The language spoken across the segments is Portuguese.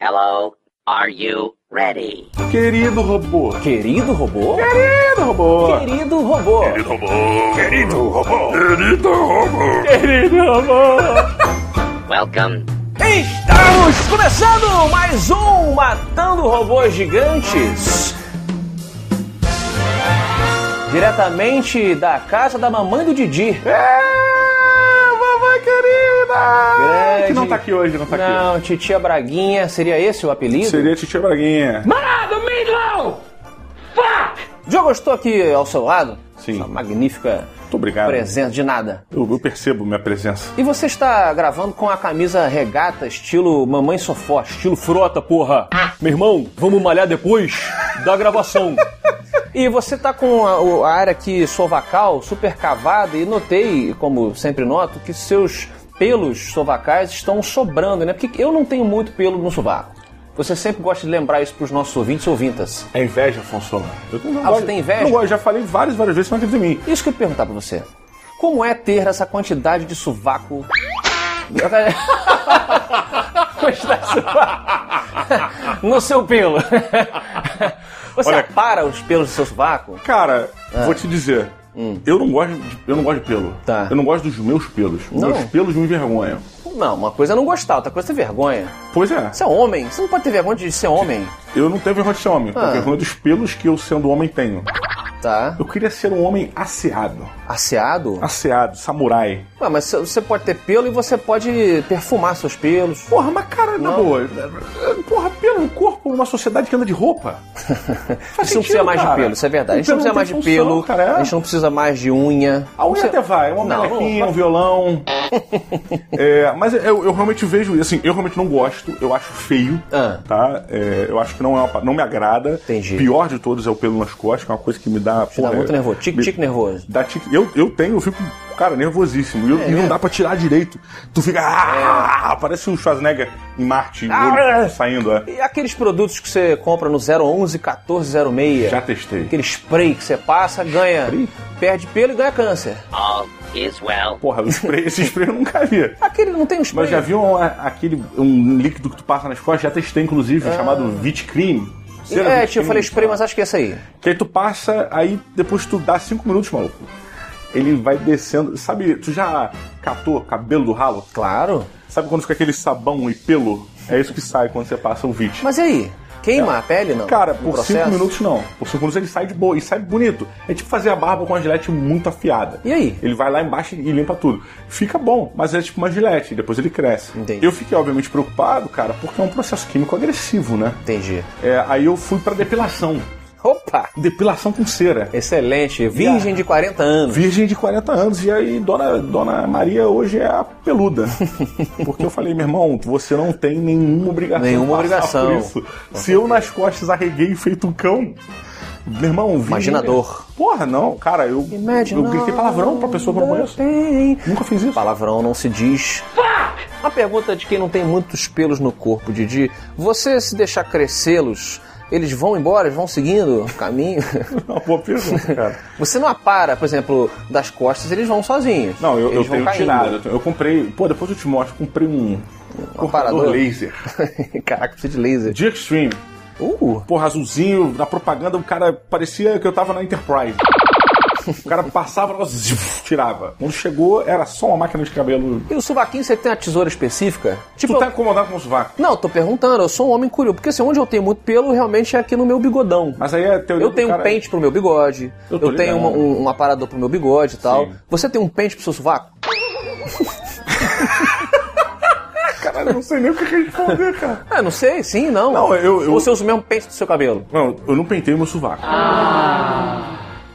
Hello, are you ready? Querido robô. Querido robô? Querido robô. Querido robô. Querido robô. Querido robô. Welcome. Estamos começando mais um Matando Robôs Gigantes. Diretamente da casa da mamãe do Didi. É, mamãe querida. Grande. Que não tá aqui hoje, não tá aqui. Não, Titia Braguinha, seria esse o apelido? Seria Titia Braguinha. Já gostou aqui ao seu lado? Sim. Essa magnífica Muito obrigado. presença de nada. Eu, eu percebo minha presença. E você está gravando com a camisa regata, estilo Mamãe Sofó, estilo frota, porra. Meu irmão, vamos malhar depois da gravação. e você tá com a, o- a área aqui sovacal, super cavada, e notei, como sempre noto, que seus pelos sovacais estão sobrando, né? Porque eu não tenho muito pelo no sovaco. Você sempre gosta de lembrar isso pros nossos ouvintes e ouvintas. É inveja, Afonso. Eu não Ah, você tem inveja? Não gosto, já falei várias, várias vezes, você não acredita em mim. Isso que eu ia perguntar pra você. Como é ter essa quantidade de sovaco? quantidade de sovaco no seu pelo. Você Olha- apara os pelos do seu sovaco? Cara, É. vou te dizer. Eu não gosto de, eu não gosto de pelo. Hum. Tá. Eu não gosto dos meus pelos. Não? Meus pelos me envergonham. Não, uma coisa é não gostar, outra coisa é ter vergonha. Pois é. Você é homem, você não pode ter vergonha de ser homem, Eu não tenho vergonha de ser homem. Eu Ah. Tenho vergonha dos pelos que eu, sendo homem, tenho. tá? Eu queria ser um homem asseado. Asseado? Asseado, samurai. Ué, mas você pode ter pelo e você pode perfumar seus pelos. Porra, mas cara, na Não. boa. Porra, pelo no corpo numa sociedade que anda de roupa. Faz Isso não precisa sentido, mais de cara. pelo, isso é verdade. A gente O não precisa mais de pelo não tem função, pelo, cara, é. a gente não precisa mais de unha. A unha Você- até vai, uma Não, melequinha, não. um violão. É, mas eu, eu realmente vejo, assim, eu realmente não gosto, eu acho feio, Ah. tá? É, eu acho que não, é uma pa- não me agrada. Entendi. Pior de todos é o pelo nas costas, que é uma coisa que me dá. Te dá muito nervoso. Tique, me- tique nervoso. É Dá tique. Eu, eu tenho, eu fico, cara, nervosíssimo. E eu- E não dá pra tirar direito. Tu fica. "Ah", Parece o Schwarzenegger em Marte, o Ah, olho saindo, é. E aqueles produtos que você compra no 011 1406? Já testei. Aquele spray que você passa, ganha. Spray? Perde pelo e ganha câncer. All is well. Porra, o spray, esse spray eu nunca vi. Aquele não tem um spray. Mas já viu um, aquele um líquido que tu passa nas costas? Já testei, inclusive, chamado Vit Cream. Cera Ah. É, Vit tio, eu Cream, falei spray, sei lá. mas acho que é esse aí. Que aí tu passa, aí depois tu dá cinco minutos, maluco. Ele vai descendo. Sabe, tu já catou cabelo do ralo? Claro. Sabe quando fica aquele sabão e pelo? É isso que sai quando você passa o Vit. Mas e aí? Queima a pele, não? Cara, No por processo? cinco minutos não. Por cinco minutos ele sai de boa e sai bonito. É tipo fazer a barba com a gilete muito afiada. E aí? Ele vai lá embaixo e limpa tudo. Fica bom, mas é tipo uma gilete, e depois ele cresce. Entendi. Eu fiquei, obviamente, preocupado, cara, porque é um processo químico agressivo, né? Entendi. É, aí eu fui pra depilação. Opa! Depilação com cera. Excelente. Virgem de 40 anos. Virgem de 40 anos, e aí Dona, Dona Maria hoje é a peluda. Porque eu falei, meu irmão, você não tem nenhuma obrigação. Nenhuma de passar obrigação. Por isso. Se eu nas costas arreguei feito um cão, meu irmão, virgem- é- Imagina a dor. Porra, não, cara, eu, Imagine eu gritei palavrão pra pessoa que eu não conheço. Tem. Nunca fiz isso. Palavrão não se diz. Uma pergunta de quem não tem muitos pelos no corpo, Didi. Você se deixar crescê-los, eles vão embora, eles vão seguindo o caminho. Uma boa pergunta, cara. Você não apara, por exemplo, das costas, eles vão sozinhos. Não, eu, eu eles vão tenho caindo. né? tirado. Eu, tenho- eu comprei, pô, depois eu te mostro, comprei um, cortador aparador? laser. Caraca, precisa de laser. De Extreme. Uh, Porra, azulzinho, na propaganda, o cara parecia que eu tava na Enterprise. O cara passava, negócio, zuf, tirava. Quando chegou, era só uma máquina de cabelo. e o subaquinho, você tem uma tesoura específica? tu Tipo, tá incomodado com o sovaco. não, tô perguntando, eu sou um homem curioso. Porque assim, onde eu tenho muito pelo, realmente é aqui no meu bigodão. Mas aí é teoria Eu do tenho cara... um pente pro meu bigode, Eu eu, tô tenho ligado. uma- um, um aparador pro meu bigode e tal. Sim. Você tem um pente pro seu sovaco? Caralho, eu não sei nem o que tá responder, cara. Ah, não sei, sim, não. Não, eu- eu- Ou você usa o mesmo pente do seu cabelo? Não, eu não pentei meu sovaco.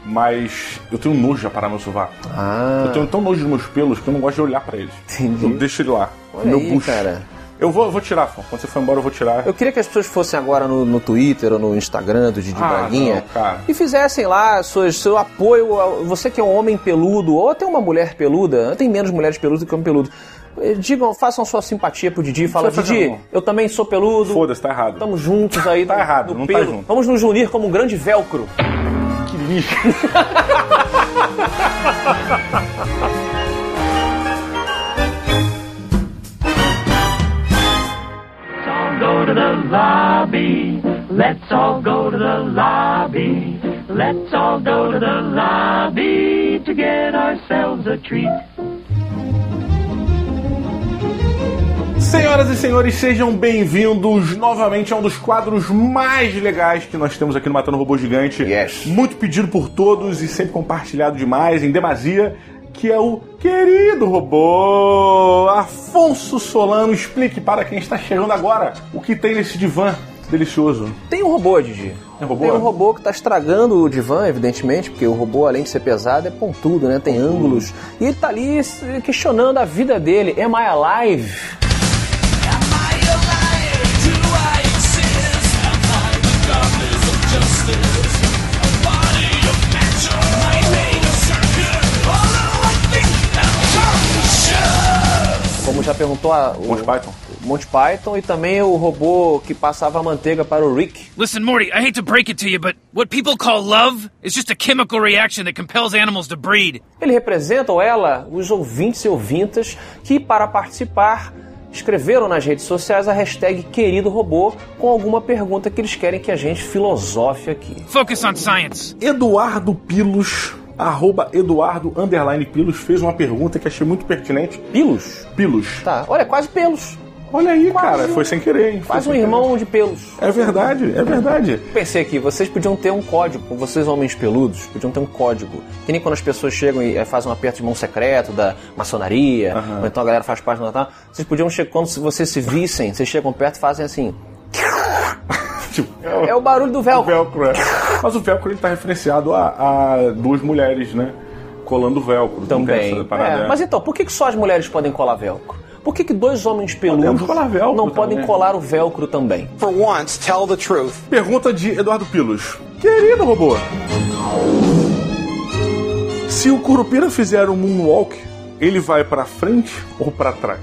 Mas eu tenho nojo de aparar meu sovaco. Eu Ah, tenho tão nojo dos meus pelos que eu não gosto de olhar pra eles. Entendi. Eu deixo ele lá. Olha meu aí, bucho. cara. Eu vou, eu vou tirar, Fon. Quando você for embora, eu vou tirar. eu queria que as pessoas fossem agora no, no Twitter ou no Instagram do Didi Ah, Braguinha não, cara. e fizessem lá suas, seu apoio. ao- Você que é um homem peludo ou até uma mulher peluda, tem menos mulheres peludas do que homem peludo. Eh, Digam, façam sua simpatia pro Didi. Fala, precisa fazer Didi, não. eu também sou peludo. Foda-se, tá errado. Estamos juntos aí Tá no, errado, no não tá pelo. junto. Vamos nos unir como um grande velcro. Que lixo. Don't go to the lobby. Let's all go to the lobby. Let's all go to the lobby to get ourselves a treat. Senhoras e senhores, sejam bem-vindos novamente a um dos quadros mais legais que nós temos aqui no Matando Robô Gigante. Yes. Muito pedido por todos e sempre compartilhado demais, em demasia, que é o querido robô Afonso Solano. Explique para quem está chegando agora o que tem nesse divã delicioso. Tem um robô, Didi. É um robô? Tem um robô que tá estragando o divã, evidentemente, porque o robô, além de ser pesado, é pontudo, né? Tem ângulos. E ele tá ali se- questionando a vida dele. Am I alive? Como já perguntou a, o Monty Python. Monty Python e também o robô que passava a manteiga para o Rick. Listen, Morty, I hate to break it to you, but what people call love is just a chemical reaction that compels animals to breed. Ele representa, ou ela, os ouvintes e ouvintas que, para participar, escreveram nas redes sociais a hashtag Querido Robô com alguma pergunta que eles querem que a gente filosofe aqui. Focus on science. Eduardo Pilos, arroba Eduardo underline Pilos, fez uma pergunta que achei muito pertinente. Pelos? Pilos. Tá, olha, quase pelos. Olha aí, Quase cara, um- foi sem querer, hein? Foi Quase um sem querer. irmão de pelos. É verdade, é verdade. Pensei aqui, vocês podiam ter um código, vocês homens peludos, podiam ter um código. Que nem quando as pessoas chegam e eh, fazem um aperto de mão secreto da maçonaria, ou então a galera faz parte do Natal. Vocês podiam chegar, quando se- vocês se vissem, vocês chegam perto e fazem assim. Tipo, É o barulho do o velcro. velcro, é. Mas o velcro ele tá referenciado a, a duas mulheres, né? Colando velcro. Não tem Também. essa parada, É, né? mas então, por que, que só as mulheres podem colar velcro? Por que, que dois homens peludos Podemos colar velcro não podem também. colar o velcro também? For once, tell the truth. Pergunta de Eduardo Pilos. Querido robô, se o Curupira fizer um moonwalk, ele vai pra frente ou pra trás?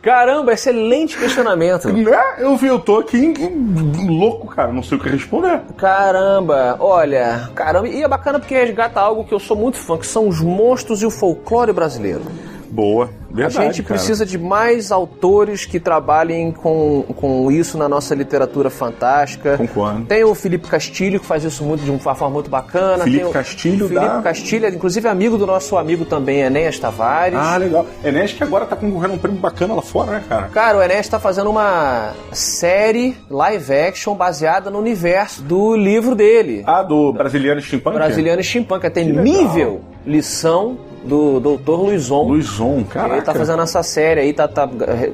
Caramba, excelente questionamento. né? Eu vi, eu tô aqui em- em- louco, cara. Não sei o que responder. Caramba, olha, caramba, e é bacana porque resgata algo que eu sou muito fã, que são os monstros e o folclore brasileiro. Boa. Verdade, a gente cara. precisa de mais autores que trabalhem com, com isso na nossa literatura fantástica. Concordo. Tem o Felipe Castilho, que faz isso muito de uma forma muito bacana. Felipe Tem o- Castilho um- Felipe da- Castilho, é, inclusive amigo do nosso amigo também, Enéas Tavares. Ah, legal. Enéas que agora tá concorrendo a um prêmio bacana lá fora, né, cara? Cara, o Enéas está fazendo uma série live action baseada no universo do livro dele. Ah, do Brasiliano Steampunk? Brasiliano Chimpanca. Tem legal. nível lição do Dr. Luizon. Luizon, cara. Ele tá fazendo essa série aí, tá, tá,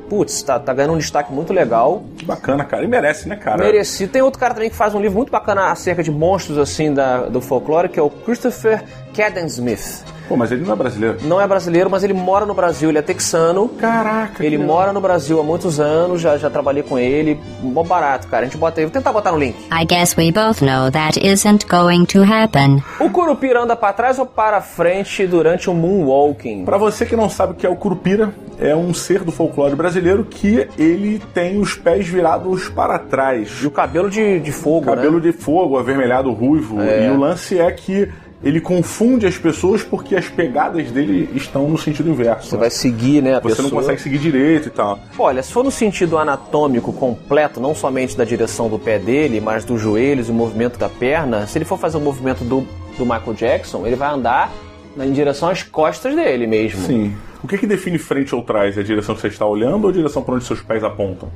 putz, tá, tá ganhando um destaque muito legal. Que bacana, cara. E merece, né, cara? Merecido. Tem outro cara também que faz um livro muito bacana acerca de monstros, assim, da, do folclore, que é o Christopher Cadensmith. Pô, mas ele não é brasileiro. Não é brasileiro, mas ele mora no Brasil, ele é texano. Caraca. Ele mora no Brasil há muitos anos, já, já trabalhei com ele. Mó barato, cara. A gente bota aí, vou tentar botar no link. I guess we both know that isn't going to happen. O Curupira anda pra trás ou para frente durante o Moonwalking? Pra você que não sabe o que é o Curupira, é um ser do folclore brasileiro que ele tem os pés virados para trás. E o cabelo de, de fogo, né? cabelo de fogo, avermelhado, ruivo. E o lance é que ele confunde as pessoas porque as pegadas dele estão no sentido inverso. Você vai seguir, né, a Você pessoa. não consegue seguir direito e tal. Olha, se for no sentido anatômico completo, não somente da direção do pé dele, mas dos joelhos e o movimento da perna, se ele for fazer o movimento do, do Michael Jackson, ele vai andar na- em direção às costas dele mesmo. Sim. O que, que define frente ou trás? É a direção que você está olhando ou a direção para onde seus pés apontam?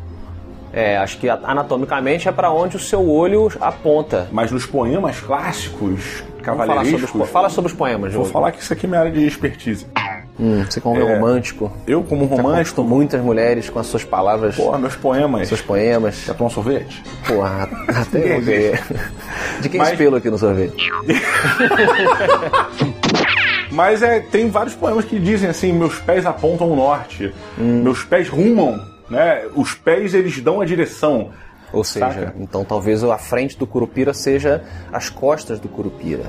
É, acho que a- anatomicamente é para onde o seu olho aponta. Mas nos poemas clássicos, Vamos falar sobre os, po- cavalheirescos... fala sobre os poemas, Vou Diogo. falar que isso aqui é minha área de expertise. Hum, você como é romântico. Eu, como é romântico, Romântico, muitas mulheres com as suas palavras, porra, meus poemas... seus poemas. Quer tomar um sorvete? Porra, até Ninguém eu ver. De quem Mas- esse pelo aqui no sorvete? Mas é, tem vários poemas que dizem assim, meus pés apontam o norte, Hum. meus pés rumam, né? Os pés, eles dão a direção. Ou seja, Saca? então talvez a frente do Curupira seja as costas do Curupira.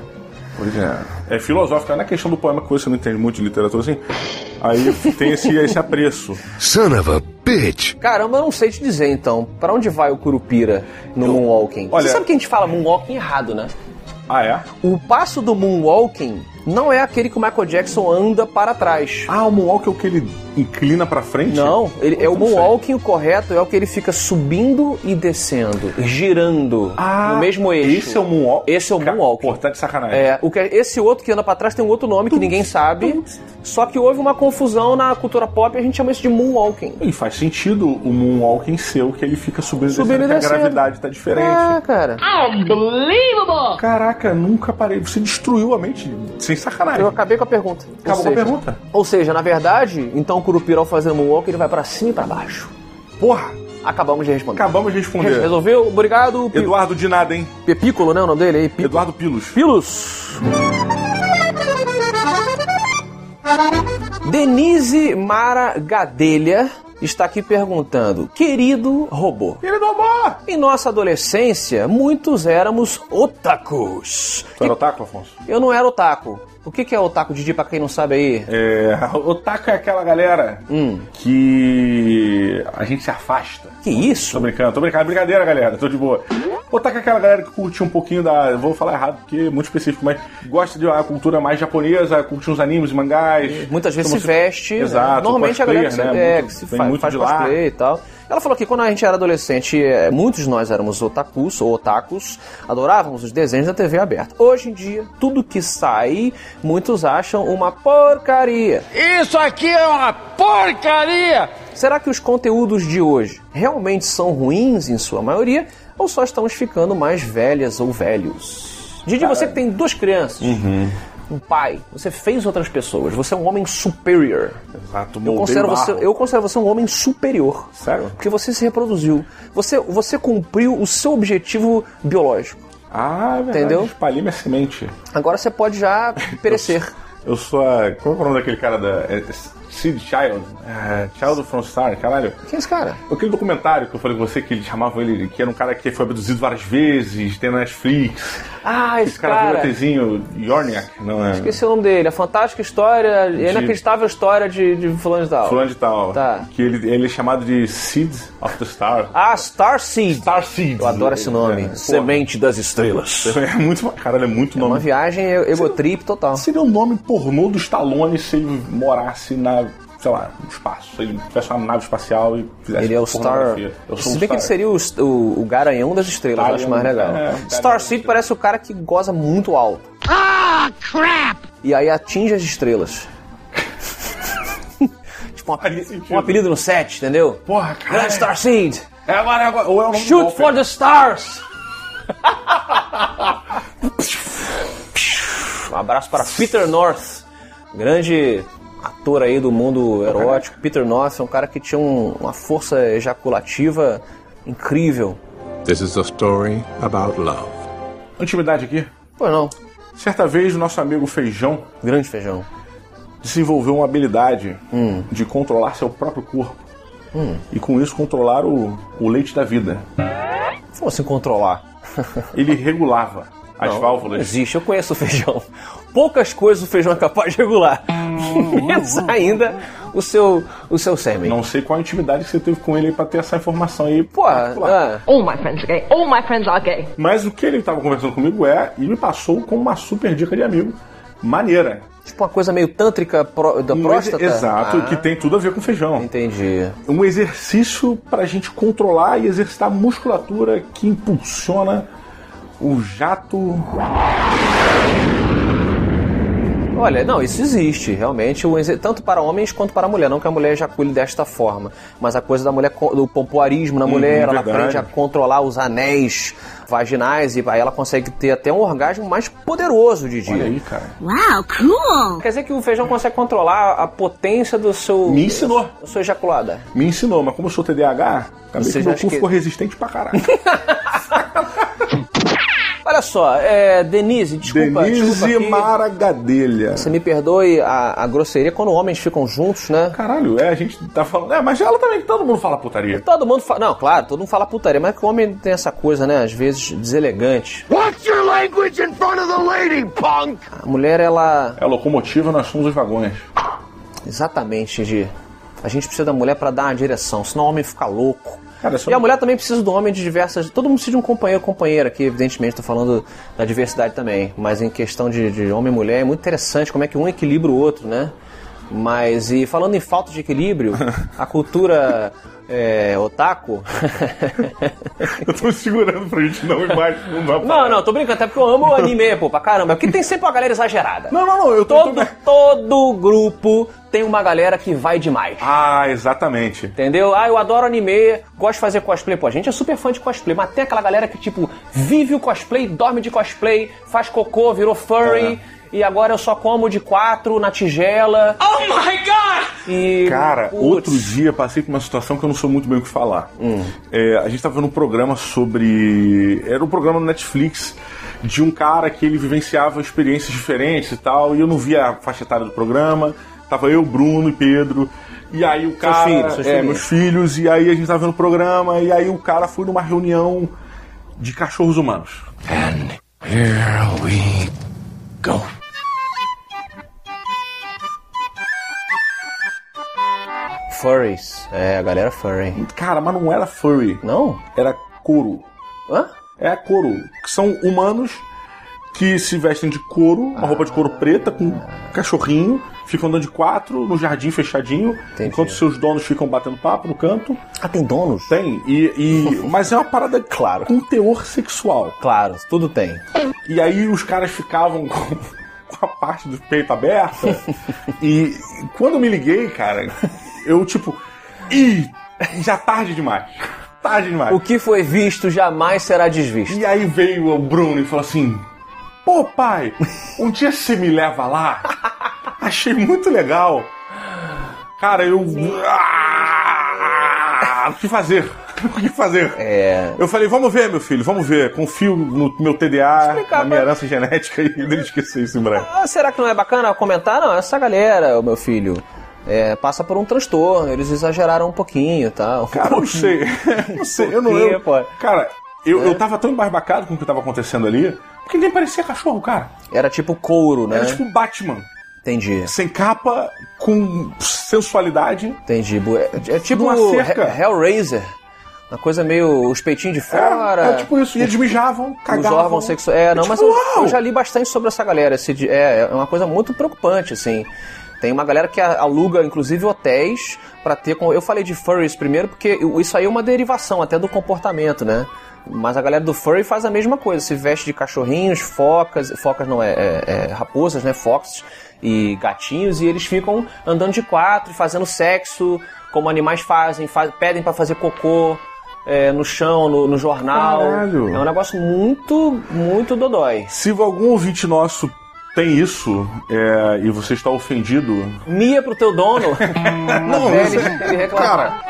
Pois é. É filosófico, na questão do poema que você não entende muito de literatura assim, aí tem esse, esse apreço. Son of a bitch. Caramba, eu não sei te dizer então, pra onde vai o Curupira no Moonwalking? olha- Você sabe que a gente fala Moonwalking errado, né? Ah, é? O passo do Moonwalking não é aquele que o Michael Jackson anda para trás. Ah, o Moonwalk é o que ele inclina pra frente? Não, ele, é Eu o não sei. walking correto é o que ele fica subindo e descendo, girando Ah, no mesmo eixo. Esse é o Moonwalk. Esse é o Ca- moonwalk. Pô, tá de sacanagem. É, o que esse outro que anda pra trás tem um outro nome que ninguém sabe. Só que houve uma confusão na cultura pop e a gente chama isso de moonwalking. E faz sentido o Moonwalking ser o que ele fica subindo, e Subindo e descendo, porque a descendo. gravidade tá diferente. Ah, cara. É. Caraca, nunca parei. Você destruiu a mente. Sem sacanagem. Eu acabei com a pergunta. Ou Acabou com a seja- pergunta. Ou seja, na verdade, então o Curupira ao fazer moonwalk ele vai pra cima e pra baixo. Porra, Acabamos de responder. acabamos de responder. Resolveu? Obrigado. Pi- Eduardo de nada, hein? Pepícolo, né? O nome dele? Pi- Eduardo Pilos. Pilos. Denise Mara Gadelha está aqui perguntando: Querido robô, Ele do amor! em nossa adolescência, muitos éramos otakus. Tu era otaku, Afonso? Eu não era otaku. O que que é otaku, Didi, pra quem não sabe aí? É, otaku é aquela galera Hum. que a gente se afasta. Que Tô isso? brincando, tô brincando. É Brincadeira, galera. Tô de boa. Otaku é aquela galera que curte um pouquinho da... Vou falar errado porque é muito específico, mas gosta de uma cultura mais japonesa, curte uns animes, mangás. É, Muitas vezes Então se você- veste. né? Exato, Normalmente a galera que se, cosplayer, é, né? que Muito- se tem faz, muito faz de lá. cosplay e tal. Ela falou que quando a gente era adolescente, é, muitos de nós éramos otakus ou otakus, adorávamos os desenhos da TV aberta. Hoje em dia, tudo que sai, muitos acham uma porcaria. Isso aqui é uma porcaria! Será que os conteúdos de hoje realmente são ruins em sua maioria ou só estamos ficando mais velhas ou velhos? Didi, você que tem duas crianças, Uhum. um pai, você fez outras pessoas, você é um homem superior. Exato, Eu moldei considero, barro. você, eu considero você um homem superior. Sério? Porque você se reproduziu. Você, você cumpriu o seu objetivo biológico. Ah, é verdade. Entendeu? Espalhei minha semente. Agora você pode já perecer. Eu sou a. Como é o nome daquele cara da. é- é Sid Child? É, Child from Star, caralho. Quem é esse cara? Aquele documentário que eu falei com você que eles chamavam ele, que era um cara que foi abduzido várias vezes, tem na Netflix. Ah, esse cara cara. viu Yorniak, não é? Esqueci o nome dele. A fantástica história, a inacreditável história de, de fulano de tal. Fulano de tal. Tá. Que ele, ele é chamado de Seed of the Star. Ah, Starseed. Starseed. Eu adoro esse nome. É, porra. Semente das Estrelas. É muito. Caralho, é muito Uma nome. viagem e- egotrip total. Seria o nome pornô do Stallone se ele morasse na. Sei lá, no espaço. Se ele tivesse uma nave espacial e fizesse. Ele é o Star. pornografia. Eu sou Se um bem que ele Star. seria o, o, o Garanhão das Estrelas, eu acho mais Garanhão, legal. é, o Garanhão das Starseed Estrelas. parece o cara que goza muito alto. Ah, crap! E aí atinge as estrelas. tipo um Faz apelido, sentido. um apelido no set, entendeu? Porra, Grande cara. Starseed! É agora, é agora. Ou é o nome do Shoot golpe. for the stars! um abraço para Peter North, grande ator aí do mundo erótico. Peter North é um cara que tinha um- uma força ejaculativa incrível. This is a story about love. Intimidade aqui. Pois não, Certa vez, o nosso amigo Feijão grande feijão. desenvolveu uma habilidade Hum. de controlar seu próprio corpo. E com isso, controlar o, o leite da vida. Como assim controlar? Ele regulava as Não válvulas. existe, eu conheço o feijão. Poucas coisas o feijão é capaz de regular. Menos ainda o seu, o seu sêmen. Não sei qual a intimidade que você teve com ele pra ter essa informação aí. Porra, particular. ah, All my friends are gay. All my friends are gay. Mas o que ele estava conversando comigo é, e me passou como uma super dica de amigo, maneira. tipo uma coisa meio tântrica pró- da Um próstata? ex- Exato, Ah, que tem tudo a ver com feijão. Entendi. Um exercício pra gente controlar e exercitar a musculatura que impulsiona o jato Olha, não, isso existe, realmente, o exe- tanto para homens quanto para a mulher. Não que a mulher ejacule desta forma, mas a coisa da mulher, co- do pompoarismo na mulher, ela Hum, é verdade. aprende a controlar os anéis vaginais e aí ela consegue ter até um orgasmo mais poderoso de Olha dia. aí, cara. Wow, cool! Quer dizer que o feijão consegue controlar a potência do seu. Me ensinou. Do seu ejaculada. Me ensinou, mas como eu sou TDAH, acabei Você que já meu cu esque- ficou resistente pra caralho. Olha só, é, Denise, desculpa. desculpa Denise aqui. Maragadelha. Você me perdoe a, a grosseria quando homens ficam juntos, né? Caralho, é, a gente tá falando. É, mas ela também, todo mundo fala putaria. Todo mundo fala. Não, claro, todo mundo fala putaria, mas que o homem tem essa coisa, né? Às vezes deselegante. What's your language in front of the lady, punk? A mulher, ela. É a locomotiva, nós somos os vagões. Exatamente, de. A gente precisa da mulher pra dar uma direção, senão o homem fica louco. Cara, um só- E a mulher também precisa do homem de diversas. Todo mundo precisa de um companheiro companheira, aqui, evidentemente, tô falando da diversidade tambem. Mas em questão de, de homem e mulher, é muito interessante como é que um equilibra o outro, né? Mas, e falando em falta de equilíbrio, a cultura é, otaku. Eu tô segurando pra gente não ir mais fundo na não, parada. não, tô brincando, até porque eu amo o anime, pô, pra caramba. Porque tem sempre uma galera exagerada. Não, não, não, eu tô... Todo, todo grupo tem uma galera que vai demais. Ah, exatamente. Entendeu? Ah, eu adoro anime, gosto de fazer cosplay. Pô, a gente é super fã de cosplay, mas tem aquela galera que, tipo, vive o cosplay, dorme de cosplay, faz cocô, virou É. furry, e agora eu só como de quatro na tigela. Oh my god! E. Cara, putz, outro dia passei por uma situação que eu não sou muito bem o que falar. Hum. É, a gente tava vendo um programa sobre. Era um programa no Netflix de um cara que ele vivenciava experiências diferentes e tal, e eu não via a faixa etária do programa. Tava eu, Bruno e Pedro. E aí o cara. filhos, seus é, filhos. meus filhos, e aí a gente tava vendo o programa, e aí o cara foi numa reunião de cachorros humanos. Furries. É, a galera furry. Cara, mas não era furry, Não? era couro. Hã? É a couro, que são humanos que se vestem de couro, uma roupa de couro preta com um cachorrinho, ficam andando de quatro no jardim fechadinho, Entendi. enquanto seus donos ficam batendo papo no canto. Ah, tem donos? Tem, e, e- mas é uma parada claro, com teor sexual. Claro, tudo tem. E aí os caras ficavam com, com a parte do peito aberta. e quando eu me liguei, cara, eu tipo, ih, já é tarde demais. Tarde demais. O que foi visto jamais será desvisto. E aí veio o Bruno e falou assim: Pô, pai, um dia você me leva lá? Achei muito legal. Cara, eu. Ah, o que fazer? O que fazer? É. Eu falei, vamos ver, meu filho, vamos ver. Confio no meu TDA, Explicar, na minha pai. herança genética e ele esqueceu isso em breve. Ah, será que não é bacana comentar? Não, essa galera, o meu filho, é, passa por um transtorno, eles exageraram um pouquinho, tá? Um Cara, eu não pouquinho. sei. Não sei, eu não. Eu, Pô, É. cara, eu, eu tava tão embarbacado com o que tava acontecendo ali, porque nem parecia cachorro, cara. Era tipo couro, né? Era tipo Batman. Entendi, sem capa, com sensualidade. entendi. Bu- É, é tipo Numa cerca. He- Hellraiser. Uma coisa meio os peitinhos de fora. É, é tipo isso. E eles mijavam, Os cagavam. órgãos sexuais. É, não, É mas tipo, eu, uau! eu já li bastante sobre essa galera. esse de- é, é uma coisa muito preocupante, assim. Tem uma galera que a- aluga, inclusive, hotéis pra ter. com- Eu falei de furries primeiro, porque eu- isso aí é uma derivação até do comportamento, né? Mas a galera do furry faz a mesma coisa. Se veste de cachorrinhos, focas. Focas não, é, é- é raposas, né? Foxes e gatinhos. E eles ficam andando de quatro, e fazendo sexo, como animais fazem. fa- pedem pra fazer cocô. é, no chão, no, no jornal. Caralho. É um negócio muito, muito dodói. Se algum ouvinte nosso tem isso é, e você está ofendido. Mia pro teu dono. Não, velha, ele reclama. Cara,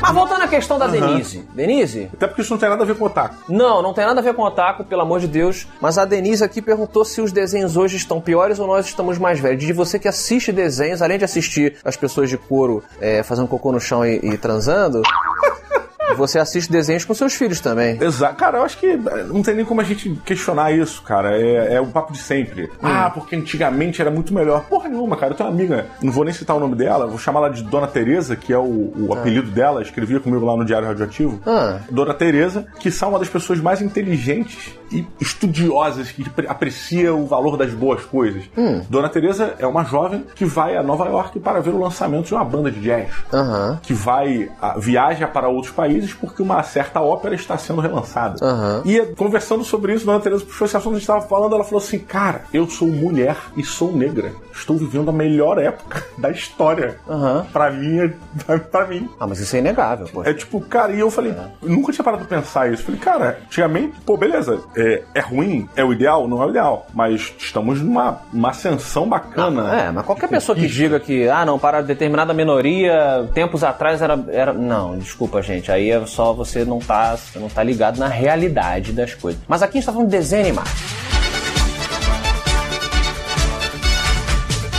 Mas voltando à questão da Denise. Denise? até porque isso não tem nada a ver com o otaku. Não, não tem nada a ver com o Otaku, pelo amor de Deus. Mas a Denise aqui perguntou se os desenhos hoje estão piores ou nós estamos mais velhos. De você que assiste desenhos, além de assistir as pessoas de couro é, fazendo cocô no chão e, e transando, você assiste desenhos com seus filhos também. Exato. Cara, eu acho que não tem nem como a gente questionar isso, cara. É, é o papo de Hum. sempre. Ah, porque antigamente era muito melhor. Porra nenhuma, cara. Eu tenho uma amiga, não vou nem citar o nome dela, vou chamar ela de Dona Tereza, que é o, o apelido dela, escrevia comigo lá no Diário Radioativo. Ah. Dona Tereza, que são uma das pessoas mais inteligentes e estudiosas que pre- aprecia o valor das boas coisas. Hum. Dona Tereza é uma jovem que vai a Nova York para ver o lançamento de uma banda de jazz. Aham. Que vai, a- viaja para outros países porque uma certa ópera está sendo relançada. Aham. E eh, conversando sobre isso, Dona Tereza puxou esse assunto, a gente estava falando, ela falou assim, cara, eu sou mulher e sou negra. Estou vivendo a melhor época da história. Aham. Pra mim, é- pra mim. Ah, mas isso é inegável, pô. É tipo, cara, e eu falei, É. eu nunca tinha parado pra pensar isso. Falei, cara, antigamente, pô, beleza, é, é ruim, é o ideal, não é o ideal. Mas estamos numa uma ascensão bacana. É, mas qualquer de pessoa que conquista. diga que, ah, não, para determinada minoria, tempos atrás era, era. Não, desculpa, gente. Aí é só você não tá, você não tá ligado na realidade das coisas. Mas aqui a gente tá falando de desenho animado.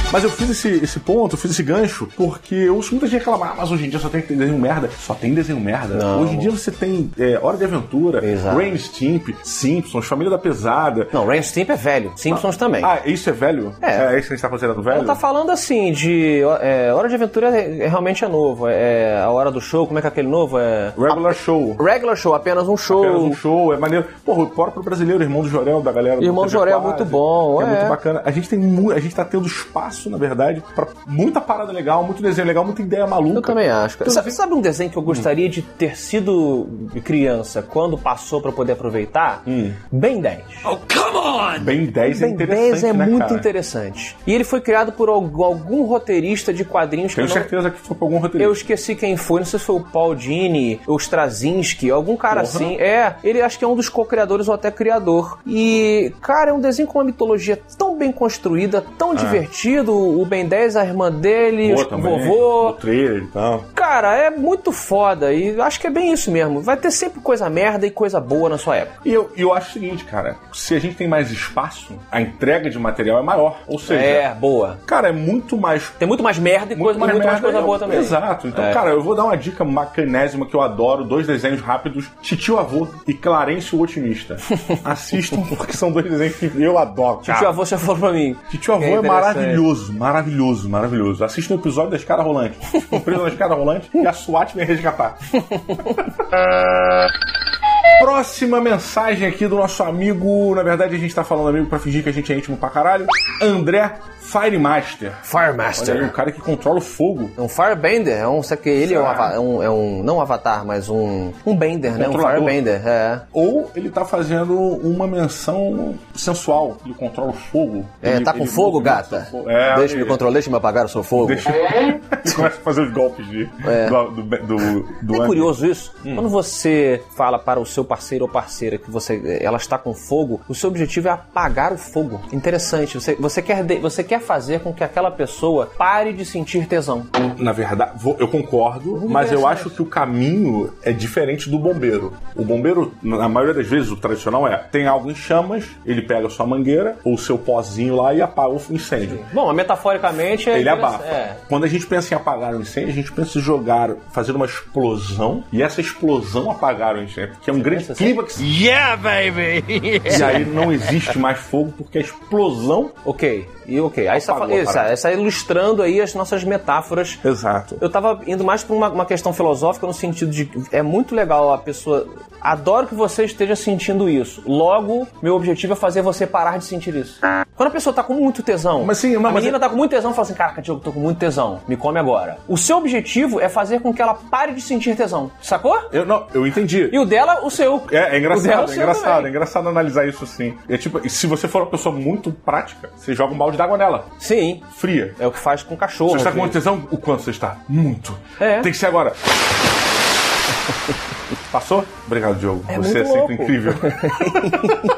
Mas eu fiz esse, esse ponto, eu fiz esse gancho, porque eu ouço muita gente reclamar, "Ah, mas hoje em dia só tem desenho merda. Só tem desenho merda. Não. Hoje em dia você tem é, Hora de Aventura, Exato. Rain Stimp, Simpsons, Família da Pesada. Não, Ren Stimp é velho. Simpsons também. Ah, isso é velho? É. isso que a gente tá considerando velho? Ela tá falando assim de. ó, é, Hora de Aventura é- é- realmente é novo. É a hora do show, como é que é aquele novo? É. Regular Show. Regular show, apenas um show. Apenas um show, é maneiro. Porra, o próprio brasileiro, irmão do Jorel, da galera. do Irmão do TV Jorel é Quase, muito bom, que É, é. muito bacana. A gente tem mu- a gente tá tendo espaço, na verdade, pra muita parada legal, muito desenho legal, muita ideia maluca. Eu também acho. cara. Tudo Sa- bem. Hum. Sabe, um desenho que eu gostaria de ter sido criança quando passou pra poder aproveitar? Bem 10. Oh, come on! Bem 10 Hum. é Bem interessante. 10 é né, muito cara? interessante. E ele foi criado por algu- algum roteirista de quadrinhos Tenho que eu não- certeza que foi pra algum Eu roteirista. esqueci quem foi, não sei se foi o Paul Dini, o Straczynski, algum cara assim. É, ele acho que é um dos co-criadores ou até criador. E, cara, é um desenho com uma mitologia tão bem construída, tão Ah. divertido. O Ben 10, a irmã dele, Pô, os- o também, O vovô. trailer então. e tal. Cara, é muito foda e eu acho que é bem isso mesmo. Vai ter sempre coisa merda e coisa boa na sua época. E eu, e eu acho o seguinte, cara. Se a gente tem mais espaço, a entrega de material é maior. Ou seja, É, boa. cara, é muito mais Tem muito mais merda e coisa, muito mais merda coisa aí, boa também. Exato. Então, É. cara, eu vou dar uma dica macanésima que eu adoro, dois desenhos rápidos, Titio Avô e Clarence o Otimista. Assistam, porque são dois desenhos que eu adoro, cara. Tio avô Tipo, já falou pra mim. Titio Avô é, interessante. maravilhoso, maravilhoso, maravilhoso. Assista o episódio da escada rolante. Ficam presos na escada rolante e a SWAT vem resgatar. Próxima mensagem aqui do nosso amigo. Na verdade, a gente tá falando amigo pra fingir que a gente é íntimo pra caralho. André Firemaster. Olha aí, um Firemaster. cara que controla o fogo. É um Firebender, é um. Sabe que ele é um, Será? ava- é um, é um- Não um avatar, mas um. Um Bender, né? Um Controlador. Firebender, é. Ou ele tá fazendo uma menção sensual. Ele controla o fogo. É, Ele- tá com ele fogo, movimenta gata? o fogo. É, deixa-me ele- controlar, deixa-me apagar o seu fogo. Deixa ele começa a fazer os golpes de, do, do, do, do É anime. curioso isso. Hum. Quando você fala para o seu parceiro ou parceira que você, ela está com fogo, o seu objetivo é apagar o fogo. Interessante. Você, você, quer, de- você quer fazer com que aquela pessoa pare de sentir tesão. Na verdade, vou- eu concordo, mas eu é acho que o caminho é diferente do bombeiro. O bombeiro, na maioria das vezes, o tradicional é: tem algo em chamas, ele pega a sua mangueira ou o seu pozinho lá e apaga o incêndio. Bom, metaforicamente... é Ele interessa- abafa. É. Quando a gente pensa em apagar o incêndio, a gente pensa em jogar, fazer uma explosão e essa explosão apagar o incêndio, que é um grande pensa assim? clímax. Yeah, baby! E aí não existe mais fogo porque a explosão. Ok. E ok. Aí você tá, Apagou fal- a essa, parada. essa ilustrando aí as nossas metáforas Exato. Eu tava indo mais pra uma, uma questão filosófica no sentido de que é muito legal a pessoa. Adoro que você esteja sentindo isso. Logo, meu objetivo é fazer você parar de sentir isso. Quando a pessoa tá com muito tesão, Mas sim, a mas- é- menina tá com muito tesão, fala assim: Caraca, Diogo, tô com muito tesão, me come agora. O seu objetivo é fazer com que ela pare de sentir tesão, sacou? Eu, não, eu entendi. E o dela, o seu. É, é O dela, o engraçado, é seu engraçado, é também. engraçado analisar isso assim. É tipo, e se você for uma pessoa muito prática, você joga um balde d'água nela, Sim. fria. É o que faz com o cachorro. Você está com às muita vezes. tesão? O quanto você está? Muito. É. Tem que ser agora. Passou? Obrigado, Diogo. É você é muito sempre louco. incrível.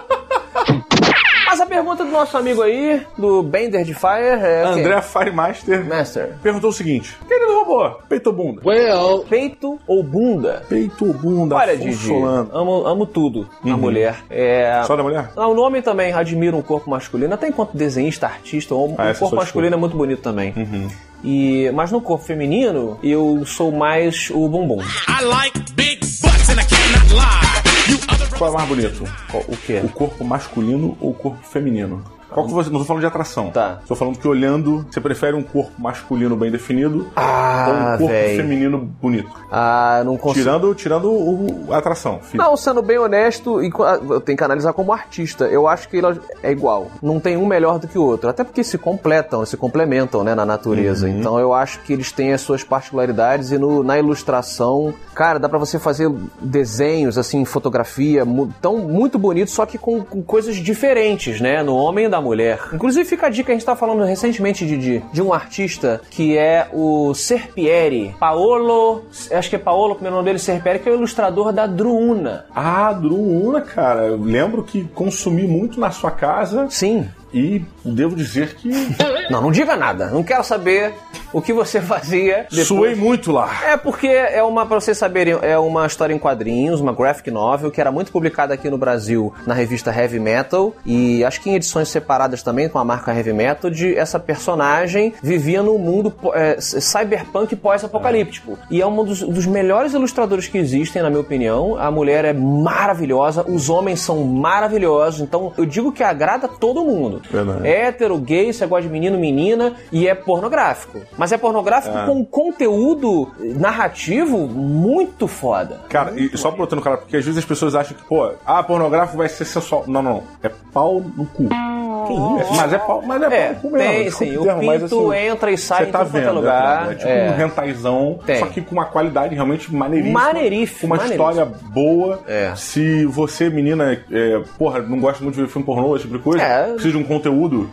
Mas a pergunta do nosso amigo aí, do Bender de Fire, é. quem? André Firemaster Master. perguntou o seguinte: Querido robô, peito ou bunda? Peito ou bunda? Peito ou bunda? Olha, Afonso Didi, Solano. amo, amo tudo na mulher. É... Uhum. Só da mulher? Ah, O nome também admira um corpo masculino, até enquanto desenhista, artista, um, Ah, um essa eu corpo sou desculpa. Uhum. masculino é muito bonito também. E, mas no corpo feminino, eu sou mais o bumbum. I like big butts and I cannot lie. You other Qual é mais bonito? Qual- O quê? O corpo masculino ou o corpo feminino? Qual que você. Não tô falando de atração. Tá. Tô falando que olhando, você prefere um corpo masculino bem definido Ah, ou um corpo véi. feminino bonito? Ah, não consigo. Tirando, tirando o, a atração. física. Não, sendo bem honesto, e co- ah, eu tenho que analisar como artista. Eu acho que ele é igual. Não tem um melhor do que o outro. Até porque se completam, se complementam, né, na natureza. Então eu acho que eles têm as suas particularidades e no- na ilustração, cara, dá pra você fazer desenhos, assim, fotografia, mu- tão muito bonito, só que com, com coisas diferentes, né, no homem e da mulher. Inclusive fica a dica, a gente tá falando recentemente, Didi, de um artista que é o Serpieri. Paolo, acho que é Paolo, o primeiro nome dele, Serpieri, que é o ilustrador da Druuna. Ah, Druuna, cara. Eu lembro que consumi muito na sua casa Sim. e devo dizer que Não, não diga nada. Não quero saber o que você fazia depois. Suei muito lá. É porque é uma, pra vocês saberem, é uma história em quadrinhos, uma graphic novel, que era muito publicada aqui no Brasil na revista Heavy Metal, e acho que em edições separadas também com a marca Heavy Metal, de essa personagem vivia num mundo é, cyberpunk pós-apocalíptico. E é um dos, dos melhores ilustradores que existem, na minha opinião. A mulher é maravilhosa, os homens são maravilhosos, então eu digo que agrada todo mundo. Verdade. Hétero, gay, você gosta de menino, menina, e é pornográfico. Mas é pornográfico É. com conteúdo narrativo muito foda. Cara, e só botando, cara, porque às vezes as pessoas acham que, pô, ah, pornográfico vai ser sensual. Não, não, não. É pau no cu. Que isso? Mas é pau, mas é, É, pau no cu mesmo. tem desculpa sim. o O termo, mas, pinto assim, entra e sai Você em tá tudo quanto é vendo, lugar. É, tipo um rentaizão, Tem. só que com uma qualidade realmente maneiríssima. Maneiríssimo, Com uma maneiríssimo. história boa. É. Se você, menina, é, porra, não gosta muito de ver filme pornô, esse tipo de coisa, É. precisa de um conteúdo,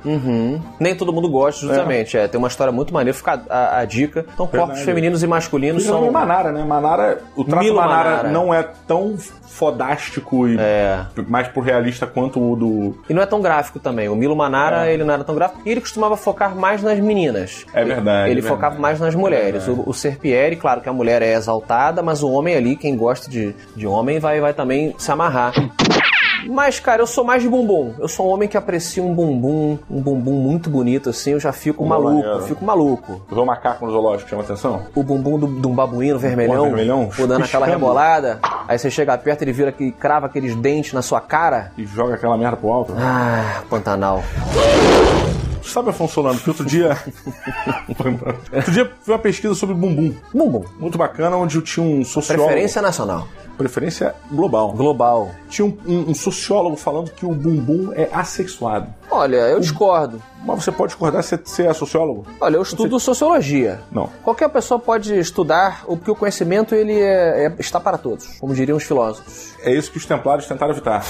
Nem todo mundo gosta, justamente. É. tem uma história muito maneira, fica a, a- a dica. Então, corpos Verdade. femininos e masculinos Isso é são. Manara, né? Manara, o traço um Milo Manara, Manara. É. não é tão fodástico e mais pro realista quanto o do. E não é tão gráfico também. O Milo Manara, ele não era tão gráfico. E ele costumava focar mais nas meninas. É verdade, Ele é focava verdade. É mais nas mulheres. O, o Serpieri, claro que a mulher é exaltada, mas o homem ali, quem gosta de, de homem, vai, vai também se amarrar. Mas, cara, eu sou mais de bumbum. Eu sou um homem que aprecia um bumbum, um bumbum muito bonito, assim. Eu já fico Pô, maluco, maneiro. eu fico maluco. Vê o um macaco no zoológico, chama atenção? o bumbum do- de um babuíno vermelhão, Porra, vermelhão, pô, dando aquela piscando. rebolada. Aí você chega perto, ele vira que crava aqueles dentes na sua cara. E joga aquela merda pro alto. Ah, Pantanal. Sabe, Afonso Solano, que outro dia. outro dia vi uma pesquisa sobre bumbum. Bumbum. Muito bacana, onde eu tinha um sociólogo. Preferência nacional. Preferência global. Global. Tinha um, um- um sociólogo falando que o bumbum é assexuado. Olha, eu discordo. Mas você pode discordar se você é sociólogo? Olha, eu estudo sociologia. Não. Qualquer pessoa pode estudar, ou porque o conhecimento ele é- é- está para todos, como diriam os filósofos. É isso que os templários tentaram evitar.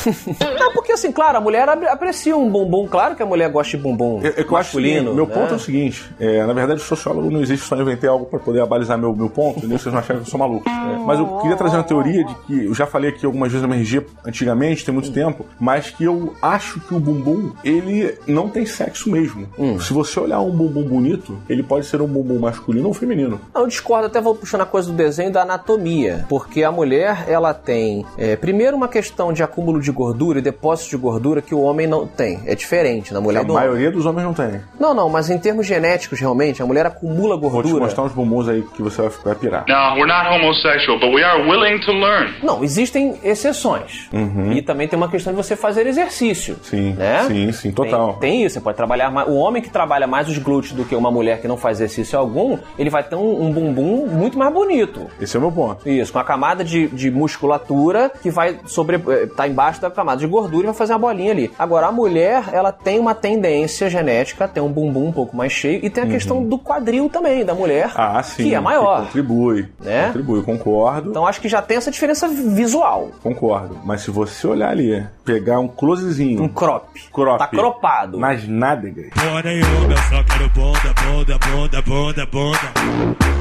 Não, porque assim, claro, a mulher ab- aprecia um bumbum. Claro que a mulher gosta de bumbum Eu, eu acho que masculino. meu né? ponto é o seguinte: é, na verdade, sociólogo não existe, só inventei algo para poder abalizar meu, meu ponto, entendeu? Vocês não acharam que eu sou maluco. É, Mas eu queria trazer uma teoria de que eu já falei aqui algumas vezes na minha RG antigamente, tem muito tempo, mas que eu acho que o bumbum, ele não tem sexo mesmo. Hum. Se você olhar um bumbum bonito, ele pode ser um bumbum masculino ou feminino. Não, Eu discordo, até vou puxando a coisa do desenho da anatomia. Porque a mulher, ela tem, é, primeiro, uma questão de acúmulo de gordura e depósito de gordura que o homem não tem. É diferente na mulher A do homem. maioria dos homens não tem. Não, não, mas em termos genéticos, realmente, a mulher acumula Vou te gordura. mostrar um uns bumbuns aí que você vai, vai pirar. Now, we're not homosexual, but we are willing to learn. Não, existem exceções. E também tem uma questão de você fazer exercício. Uhum. Sim, né? sim, sim, Tem- total. Tem, isso, você pode trabalhar mais. O homem que trabalha mais os glúteos do que uma mulher que não faz exercício algum, ele vai ter um- um bumbum muito mais bonito. Esse é o meu ponto. Isso, com a camada de, de musculatura que vai sobre. eh, tá embaixo da camada de gordura e vai fazer uma bolinha ali. Agora, a mulher, ela tem uma tendência genética, a ter um bumbum um pouco mais cheio e tem a questão do quadril também da mulher, Uhum. Ah, sim. que é maior. contribui. Né? Contribui, concordo. Então, acho que já tem essa diferença visual. Concordo. Mas se você olhar ali, pegar um closezinho. Um crop. crop. Tá cropado. Nas nádegas.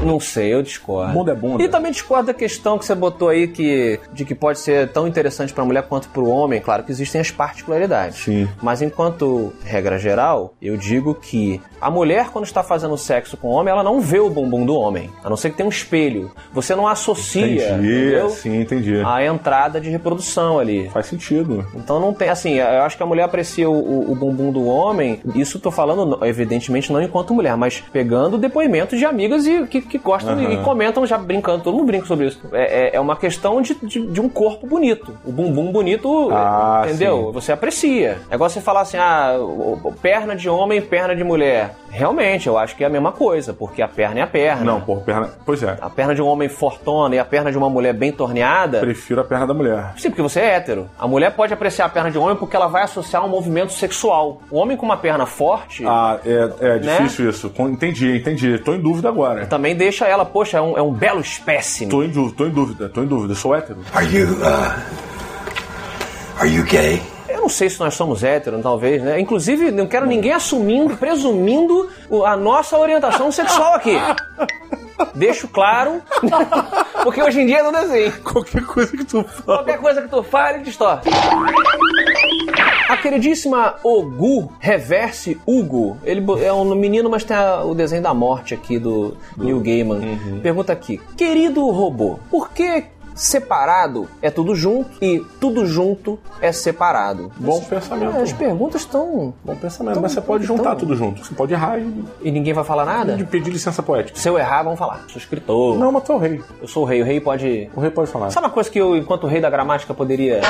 Não sei, eu discordo. Bunda é bunda. E também discordo da questão que você botou aí que, de que pode ser tão interessante pra mulher quanto pro homem. Claro que existem as particularidades. Sim. Mas enquanto regra geral, eu digo que a mulher, quando está fazendo sexo com o homem, ela não vê o bumbum do homem. A não ser que tenha um espelho. Você não associa entendeu? Ah. Entendi. Sim, entendi. a entrada de reprodução ali. Faz sentido. Então não tem, assim, eu acho que a mulher aprecia o, o- o bumbum do homem, isso tô falando, não- evidentemente, não enquanto mulher, mas pegando depoimentos de amigas e, que, que gostam Aham. e comentam, já brincando, todo mundo brinca sobre isso. É, é- é uma questão de, de- de um corpo bonito. O bumbum bonito, Ah, entendeu? sim. Você aprecia. É igual você falar assim, ah, o- o- perna de homem, perna de mulher. Realmente, eu acho que é a mesma coisa, porque a perna é a perna. Não, porra, perna. Pois é. A perna de um homem fortona e a perna de uma mulher bem torneada. Prefiro a perna da mulher. Sim, porque você é hétero. A mulher pode apreciar a perna de um homem porque ela vai associar um movimento sexual. O homem com uma perna forte Ah, é, é Né? difícil isso. Com- Entendi, entendi. Tô em dúvida agora. também deixa ela, poxa, é um, é um belo espécime. Tô em dúvida, tô em dúvida, tô em dúvida. Sou hétero. Are you, uh. Are you gay? Eu não sei se nós somos héteros, talvez, né? Inclusive, não quero ninguém assumindo, presumindo o- a nossa orientação sexual aqui. Deixo claro, porque hoje em dia não desenho. Qualquer coisa que tu fala. Qualquer coisa que tu fale, distorce. A queridíssima Ogu Reverse Hugo, ele bo- é um menino, mas tem a- o desenho da morte aqui do, Uhum. New Neil Gaiman. Pergunta aqui: Querido robô, por que separado é tudo junto e tudo junto é separado? Bom As- pensamento. é, As perguntas estão. Bom pensamento, Então, mas você pode então- juntar tudo junto. Você pode errar e E ninguém vai falar de nada? pedir licença poética. Se eu errar, vão falar. Sou escritor. Não, mas tu é o rei. Eu sou o rei, o rei pode O rei pode falar. Sabe uma coisa que eu, enquanto rei da gramática, poderia.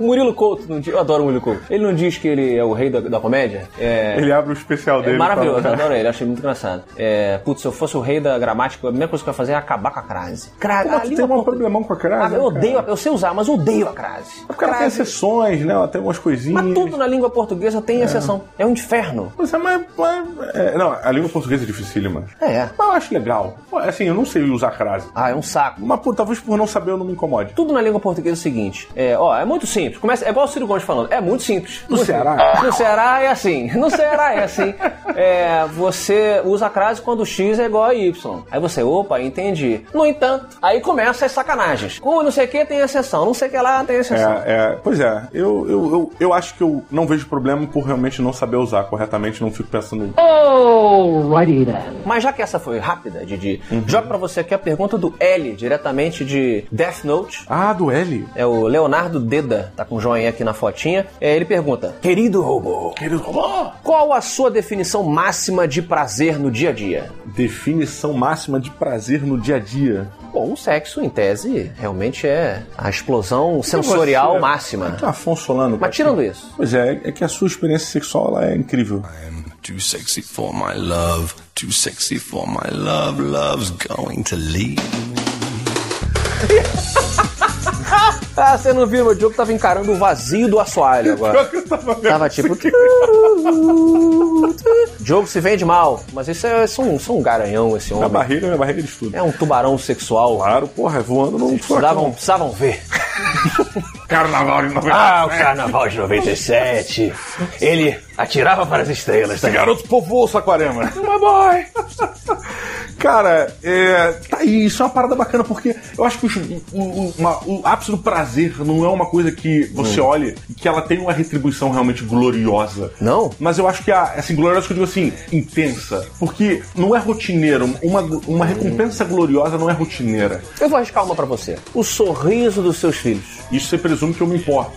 o Murilo Couto, não diz, eu adoro o Murilo Couto. Ele não diz que ele é o rei da, da comédia? É. Ele abre o especial É dele. e maravilhoso, eu fala- adoro ele, achei muito engraçado. É, putz, se eu fosse o rei da gramática, a primeira coisa que eu ia fazer é acabar com a crase. Crase, Pô, mas tu tem um problemão com a crase, Ah, eu né, É odeio, a- eu sei usar, mas eu odeio a crase. Porque ela tem Crase- exceções, né? Ela tem umas coisinhas. Mas tudo na língua portuguesa tem exceção. É um inferno. Mas, é, mas, mas- é, não, a língua portuguesa é dificílima. É. Mas eu acho legal. Pô, Assim, eu não sei usar crase. Ah, é um saco. Mas pô, talvez por não saber eu não me incomode. Tudo na língua portuguesa é o seguinte: é, ó, é muito simples. Começa, é igual o Ciro Gomes falando, é muito simples. No Muito Ceará? simples. No Ceará é assim. No Ceará é assim. É, você usa a crase quando X é igual a Y. Aí você, opa, entendi. No entanto, aí começa as sacanagens. Como não sei o que tem exceção, não sei o que lá tem exceção. É, é, pois é, eu, eu, eu, eu acho que eu não vejo problema por realmente não saber usar corretamente, não fico pensando. Alrighty then. Mas já que essa foi rápida, Didi, Uhum. jogo pra você aqui a pergunta do L, diretamente de Death Note. Ah, do L. É o Leonardo Deda, tá com um joinha aqui na fotinha. É, ele pergunta: Querido robô, Querido robô. Qual a sua definição máxima de prazer no dia a dia? Definição máxima de prazer no dia a dia. Bom, o sexo, em tese, realmente é a explosão sensorial Você- máxima. Então, Afonso Solano. cara, Mas tirando isso, Pois é, é que a sua experiência sexual ela é incrível. Too sexy for my love. Too sexy for my love. Love's going to leave. ah, você não viu, meu Diogo tava encarando o vazio do assoalho agora. Eu tava vendo Tava isso tipo. aqui. Diogo se vende mal, mas isso é, isso é um, isso é um garanhão, esse Minha homem. barriga, minha barriga de tudo. É um tubarão sexual. Claro, porra, é voando num furacão. Precisavam, precisavam ver. Carnaval em novembro. Ah, o carnaval de 97. Ele atirava para as estrelas. Tá? Garoto povoou Saquarema. Uma boy! Cara, é, tá aí, isso é uma parada bacana, porque eu acho que os- o, o- uma- o ápice do prazer não é uma coisa que você olha e que ela tem uma retribuição realmente gloriosa. Não? Mas eu acho que a, assim, gloriosa que eu digo assim, intensa. Porque não é rotineiro, uma, uma recompensa gloriosa não é rotineira. Eu vou arriscar uma pra você. O sorriso dos seus filhos. Isso você presume que eu me importo.